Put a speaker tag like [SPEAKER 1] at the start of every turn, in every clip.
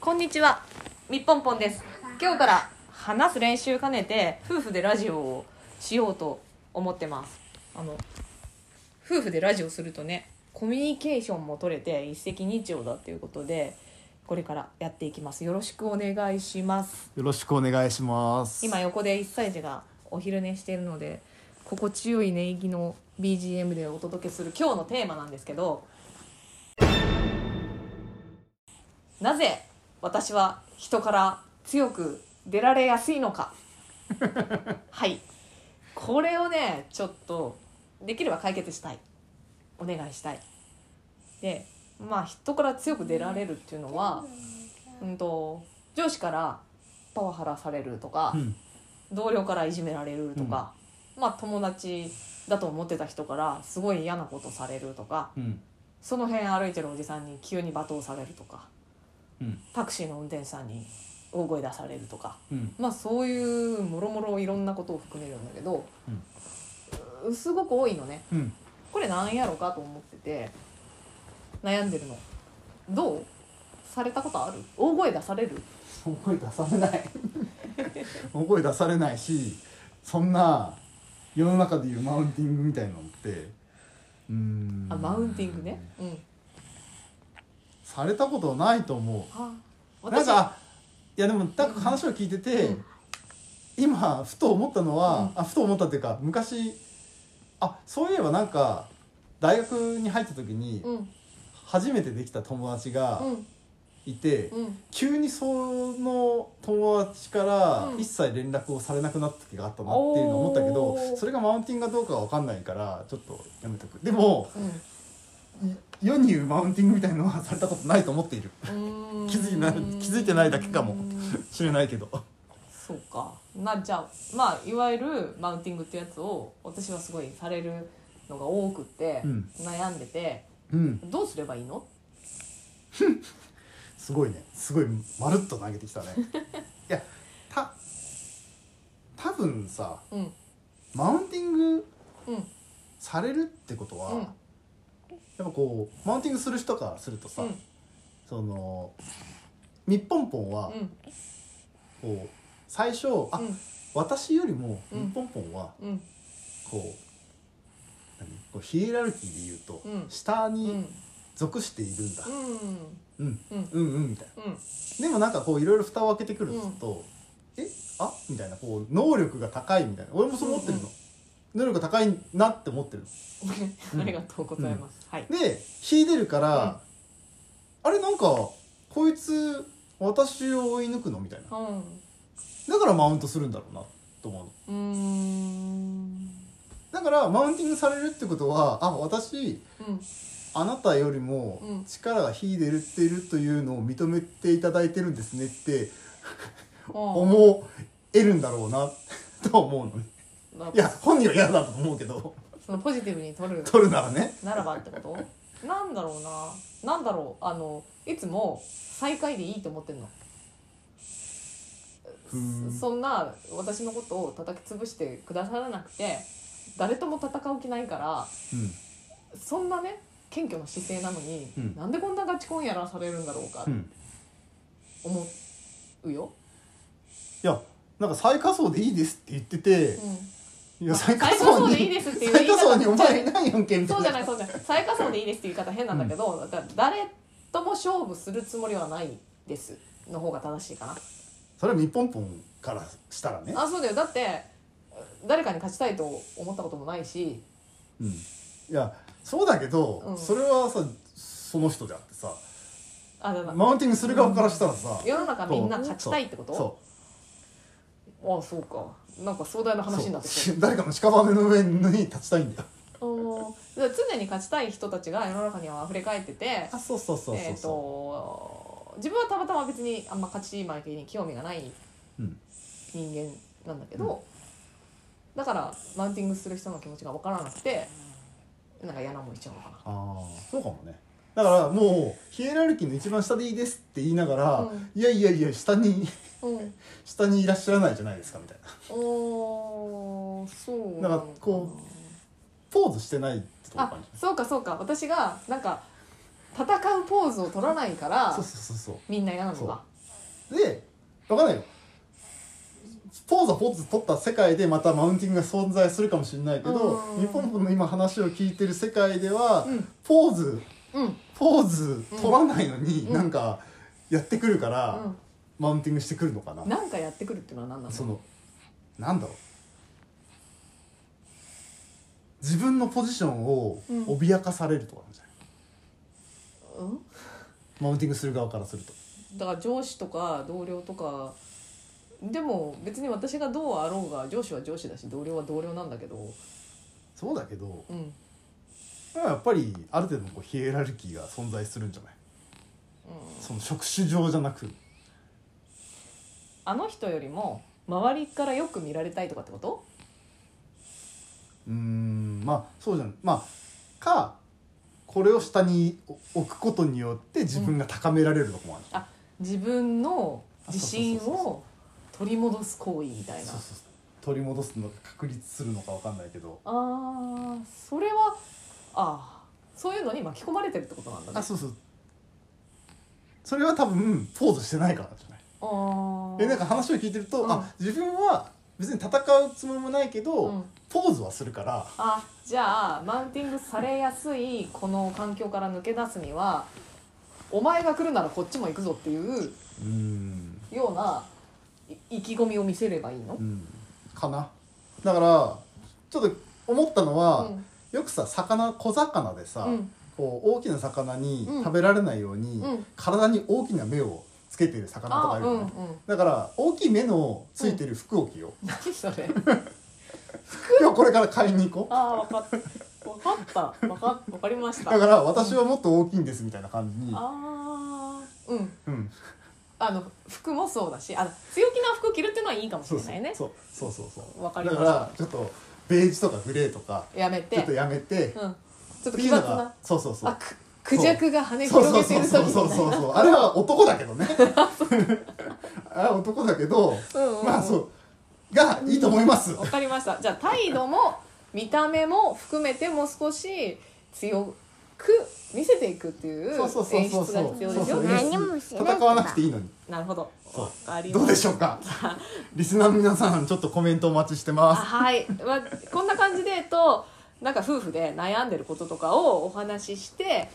[SPEAKER 1] こんにちはみっぽんぽんです今日から話す練習兼ねて夫婦でラジオをしようと思ってますあの夫婦でラジオするとねコミュニケーションも取れて一石二鳥だということでこれからやっていきますよろしくお願いします
[SPEAKER 2] よろしくお願いします。
[SPEAKER 1] 今横で1歳児がお昼寝しているので心地よい寝息の BGM でお届けする今日のテーマなんですけどなぜ私は人から強く出られやすいのかはいこれをねちょっとできれば解決したいお願いしたいでまあ人から強く出られるっていうのは、うん、と上司からパワハラされるとか、
[SPEAKER 2] うん、
[SPEAKER 1] 同僚からいじめられるとか、まあ友達だと思ってた人からすごい嫌なことされるとか
[SPEAKER 2] うん、
[SPEAKER 1] その辺歩いてるおじさんに急に罵倒されるとか
[SPEAKER 2] うん、
[SPEAKER 1] タクシーの運転手さんに大声出されるとか
[SPEAKER 2] うん、
[SPEAKER 1] まあそういうもろもろいろんなことを含めるんだけど、うすごく多いのね
[SPEAKER 2] うん、
[SPEAKER 1] これなんやろかと思ってて悩んでるのどうされたことある大声出される
[SPEAKER 2] 大声出されない。大声出されないし、そんな世の中でいうマウンティングみたいなのって、うーん。
[SPEAKER 1] あマウンティングね。うん
[SPEAKER 2] されたことないと思
[SPEAKER 1] あ
[SPEAKER 2] う。なん
[SPEAKER 1] 私
[SPEAKER 2] かいやでもなんか話を聞いてて、
[SPEAKER 1] うん
[SPEAKER 2] 今ふと思ったのは、あふと思ったっていうか昔あそういえばなんか大学に入った時に
[SPEAKER 1] うん
[SPEAKER 2] 初めてできた友達が
[SPEAKER 1] うん
[SPEAKER 2] いて。
[SPEAKER 1] うん
[SPEAKER 2] 急にその友達から
[SPEAKER 1] うん
[SPEAKER 2] 一切連絡をされなくなった時があったなっていうのを思ったけど、
[SPEAKER 1] おー
[SPEAKER 2] それがマウンティングかどうかは分かんないからちょっとやめとくでも
[SPEAKER 1] うん
[SPEAKER 2] 世に言うマウンティングみたいなのはされたことないと思っている
[SPEAKER 1] 気
[SPEAKER 2] 気づいてない気づいてないだけかも知れないけど
[SPEAKER 1] そうかなじゃあまあいわゆるマウンティングってやつを私はすごいされるのが多くて、
[SPEAKER 2] うん
[SPEAKER 1] 悩んでて
[SPEAKER 2] うん
[SPEAKER 1] どうすればいいの
[SPEAKER 2] すごいねすごいまるっと投げてき たねいやた多分さ
[SPEAKER 1] うん
[SPEAKER 2] マウンティング
[SPEAKER 1] うん
[SPEAKER 2] されるってことは、
[SPEAKER 1] うん
[SPEAKER 2] やっぱこうマウンティングする人からするとさ、
[SPEAKER 1] うん
[SPEAKER 2] その日本ポンは
[SPEAKER 1] うん
[SPEAKER 2] こう最初、あ
[SPEAKER 1] うん
[SPEAKER 2] 私よりも
[SPEAKER 1] う
[SPEAKER 2] 日
[SPEAKER 1] ん
[SPEAKER 2] 本ポンは
[SPEAKER 1] うん
[SPEAKER 2] こう,、何こうヒエラルキーで言うと、
[SPEAKER 1] うん
[SPEAKER 2] 下
[SPEAKER 1] うん
[SPEAKER 2] に属しているんだ、うん、
[SPEAKER 1] うんうん
[SPEAKER 2] うんうんみたい
[SPEAKER 1] うん
[SPEAKER 2] なでもなんかこういろいろ蓋を開けてくると、えあみたいなこう能力が高いみたいな俺もそう思ってるの、
[SPEAKER 1] うんうん
[SPEAKER 2] 能力が高いなって思ってるうん
[SPEAKER 1] ありがとうございます、はい
[SPEAKER 2] ので秀でるから、あれなんかこいつ私を追い抜くのみたいなだからマウントするんだろうなと思うの
[SPEAKER 1] うんうーん
[SPEAKER 2] だからマウンティングされるってことはあ私
[SPEAKER 1] うん
[SPEAKER 2] あなたよりも
[SPEAKER 1] うん
[SPEAKER 2] 力が秀でるっているというのを認めていただいてるんですねって
[SPEAKER 1] あ
[SPEAKER 2] 思えるんだろうな と思うの
[SPEAKER 1] ー
[SPEAKER 2] ね
[SPEAKER 1] まあ
[SPEAKER 2] いや本人は嫌だと思うけど
[SPEAKER 1] そのポジティブに取る
[SPEAKER 2] 取るならね
[SPEAKER 1] ならばってことなんだろうななんだろうあのいつも最下位でいいと思ってんの
[SPEAKER 2] うーん
[SPEAKER 1] そんな私のことを叩き潰してくださらなくて誰とも戦う気ないから
[SPEAKER 2] うん
[SPEAKER 1] そんなね謙虚な姿勢なのに、
[SPEAKER 2] うん
[SPEAKER 1] なんでこんなガチコンやらされるんだろうか
[SPEAKER 2] うん
[SPEAKER 1] 思うよ、
[SPEAKER 2] いやなんか最下層でいいですって言ってて
[SPEAKER 1] うん、
[SPEAKER 2] いや最下
[SPEAKER 1] 最下
[SPEAKER 2] 層
[SPEAKER 1] 層
[SPEAKER 2] に
[SPEAKER 1] でいいですっていう言
[SPEAKER 2] 最
[SPEAKER 1] い
[SPEAKER 2] 下
[SPEAKER 1] 方
[SPEAKER 2] 層にお前いないやんけみた
[SPEAKER 1] そ
[SPEAKER 2] いう
[SPEAKER 1] じゃない
[SPEAKER 2] な
[SPEAKER 1] そうじゃない最下層でいいですっていう言い方変なんだけど、だから誰とも勝負するつもりはないですの方が正しいかな
[SPEAKER 2] それは日本ポンからしたらね
[SPEAKER 1] あそうだよだって誰かに勝ちたいと思ったこともないし
[SPEAKER 2] うん、いやそうだけど、
[SPEAKER 1] うん
[SPEAKER 2] それはさその人であってさ
[SPEAKER 1] あだから
[SPEAKER 2] マウンティングする側からしたらさ、
[SPEAKER 1] 世の中みんな勝ちたいってこと
[SPEAKER 2] そう
[SPEAKER 1] あそうかなんか壮大な話になってき
[SPEAKER 2] そう誰かの屍の上に立ちたいんだよ
[SPEAKER 1] たおーだから常に勝ちたい人たちが世の中には溢れ返ってて
[SPEAKER 2] あそうそうそう
[SPEAKER 1] え
[SPEAKER 2] そ
[SPEAKER 1] ーと
[SPEAKER 2] う
[SPEAKER 1] 自分はたまたま別にあんま勝ち負けに興味がない
[SPEAKER 2] うん
[SPEAKER 1] 人間なんだけど、だからマウンティングする人の気持ちが分からなくてなんか嫌な思いしちゃうのかな。
[SPEAKER 2] ああそうかもねだからもうヒエラルキーの一番下でいいですって言いながら、
[SPEAKER 1] うん
[SPEAKER 2] いやいやいや下に
[SPEAKER 1] うん、
[SPEAKER 2] 下にいらっしゃらないじゃないですかみたいな
[SPEAKER 1] おーそうの
[SPEAKER 2] なんかこポーズしてないってとこ
[SPEAKER 1] あ
[SPEAKER 2] 感じ
[SPEAKER 1] そうかそうか私がなんか戦うポーズを取らないから
[SPEAKER 2] そうそうそうそう
[SPEAKER 1] みんな嫌なの
[SPEAKER 2] そう
[SPEAKER 1] か
[SPEAKER 2] で分かんないよ東西ポッズ取った世界でまたマウンティングが存在するかもしれないけど
[SPEAKER 1] うん
[SPEAKER 2] 日本の今話を聞いてる世界では、
[SPEAKER 1] うん
[SPEAKER 2] ポーズ
[SPEAKER 1] うん
[SPEAKER 2] ポーズ取らないのに
[SPEAKER 1] うん
[SPEAKER 2] なんかやってくるから、
[SPEAKER 1] う
[SPEAKER 2] マウンティングしてくるのかな、
[SPEAKER 1] ん、なんかやってくるっていうのは何なの
[SPEAKER 2] そのなんだろう自分のポジションを
[SPEAKER 1] うん
[SPEAKER 2] 脅かされるとかなんじゃない、
[SPEAKER 1] うん、
[SPEAKER 2] マウンティングする側からすると
[SPEAKER 1] だから上司とか同僚とかでも別に私がどうあろうが上司は上司だし同僚は同僚なんだけど、
[SPEAKER 2] そうだけど
[SPEAKER 1] うん、
[SPEAKER 2] でもやっぱりある程度のこうヒエラルキーが存在するんじゃないその職種上じゃなく
[SPEAKER 1] あの人よりも周りからよく見られたいとかってこと
[SPEAKER 2] うーんまあそうじゃないまあかこれを下に置くことによって自分が高められるとこもある、
[SPEAKER 1] あ自分の自信
[SPEAKER 2] あそうそうそう
[SPEAKER 1] を取り戻す行為みたいな
[SPEAKER 2] そうそうそう取り戻すのか確立するのかわかんないけど
[SPEAKER 1] あーそれはあーそういうのに巻き込まれてるってことなんだね
[SPEAKER 2] あそうそうそれは多分ポーズしてないからじゃない
[SPEAKER 1] あー
[SPEAKER 2] えなんか話を聞いてると、
[SPEAKER 1] うん
[SPEAKER 2] あ自分は別に戦うつもりもないけど、
[SPEAKER 1] うん
[SPEAKER 2] ポーズはするから
[SPEAKER 1] あじゃあマウンティングされやすいこの環境から抜け出すにはお前が来るならこっちも行くぞっていう
[SPEAKER 2] うん
[SPEAKER 1] ようない意気込みを見せればいいの、
[SPEAKER 2] うんかなだからちょっと思ったのは、
[SPEAKER 1] うん
[SPEAKER 2] よくさ魚小魚でさ、
[SPEAKER 1] うん
[SPEAKER 2] こう大きな魚に
[SPEAKER 1] うん
[SPEAKER 2] 食べられないように、
[SPEAKER 1] うん
[SPEAKER 2] 体に大きな目をつけてる魚と
[SPEAKER 1] あ
[SPEAKER 2] かいる
[SPEAKER 1] う
[SPEAKER 2] よ
[SPEAKER 1] んう
[SPEAKER 2] ね
[SPEAKER 1] ん
[SPEAKER 2] だから大きい目のついてる服を着よう、
[SPEAKER 1] 何そ れ
[SPEAKER 2] 今日これから買いに行こ
[SPEAKER 1] ああ分かった分かった分か分かりまし
[SPEAKER 2] う
[SPEAKER 1] た
[SPEAKER 2] だ
[SPEAKER 1] あ
[SPEAKER 2] から私はもっと大きいんですみたいな感じに、
[SPEAKER 1] あーうん
[SPEAKER 2] うん、
[SPEAKER 1] あの服もそうだしあの強気な服着るっていうのはいいかもし
[SPEAKER 2] そう
[SPEAKER 1] れ
[SPEAKER 2] そう
[SPEAKER 1] ないね
[SPEAKER 2] そうそうそうそう
[SPEAKER 1] わかりまし
[SPEAKER 2] だ
[SPEAKER 1] た
[SPEAKER 2] からちょっとベージュとかグレーとか
[SPEAKER 1] やめて
[SPEAKER 2] ちょっとやめて、
[SPEAKER 1] うん、ちょっと
[SPEAKER 2] って
[SPEAKER 1] 奇
[SPEAKER 2] いう
[SPEAKER 1] 抜な
[SPEAKER 2] のがそうそうそう
[SPEAKER 1] あくクジャクが羽
[SPEAKER 2] そう
[SPEAKER 1] 広
[SPEAKER 2] そう
[SPEAKER 1] げて
[SPEAKER 2] そう
[SPEAKER 1] る時
[SPEAKER 2] そう
[SPEAKER 1] みたい
[SPEAKER 2] そうそう
[SPEAKER 1] な
[SPEAKER 2] そうあれは男だけ どねあれは男だけど
[SPEAKER 1] うんうん
[SPEAKER 2] まあそうがいいと思います、
[SPEAKER 1] わかりましたじゃあ態度も見た目も含めてもう少し強く見せていくっていう
[SPEAKER 2] そうそうそう
[SPEAKER 1] 演
[SPEAKER 2] そう
[SPEAKER 1] 出
[SPEAKER 2] そ
[SPEAKER 1] が
[SPEAKER 2] う
[SPEAKER 1] 必要
[SPEAKER 2] そ
[SPEAKER 1] で
[SPEAKER 2] う
[SPEAKER 1] す
[SPEAKER 2] そ
[SPEAKER 1] よ
[SPEAKER 2] う
[SPEAKER 1] ね
[SPEAKER 3] 何もしないから
[SPEAKER 2] 戦わなくていいのに
[SPEAKER 1] なるほど
[SPEAKER 2] そう
[SPEAKER 1] わかりま
[SPEAKER 2] どうでし
[SPEAKER 1] した
[SPEAKER 2] ょう かリスナーの皆さんちょっとコメントお待ちしてま
[SPEAKER 1] あ
[SPEAKER 2] す
[SPEAKER 1] はい、まあ、こんな感じでえっとなんか夫婦で悩んでることとかをお話しして、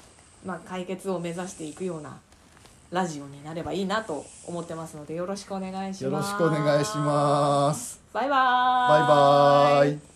[SPEAKER 1] まあ、解決を目指していくようなラジオになればいいなと思ってますのでよろしくお願いします
[SPEAKER 2] よろしくお願いします
[SPEAKER 1] バイバー
[SPEAKER 2] バイバーイ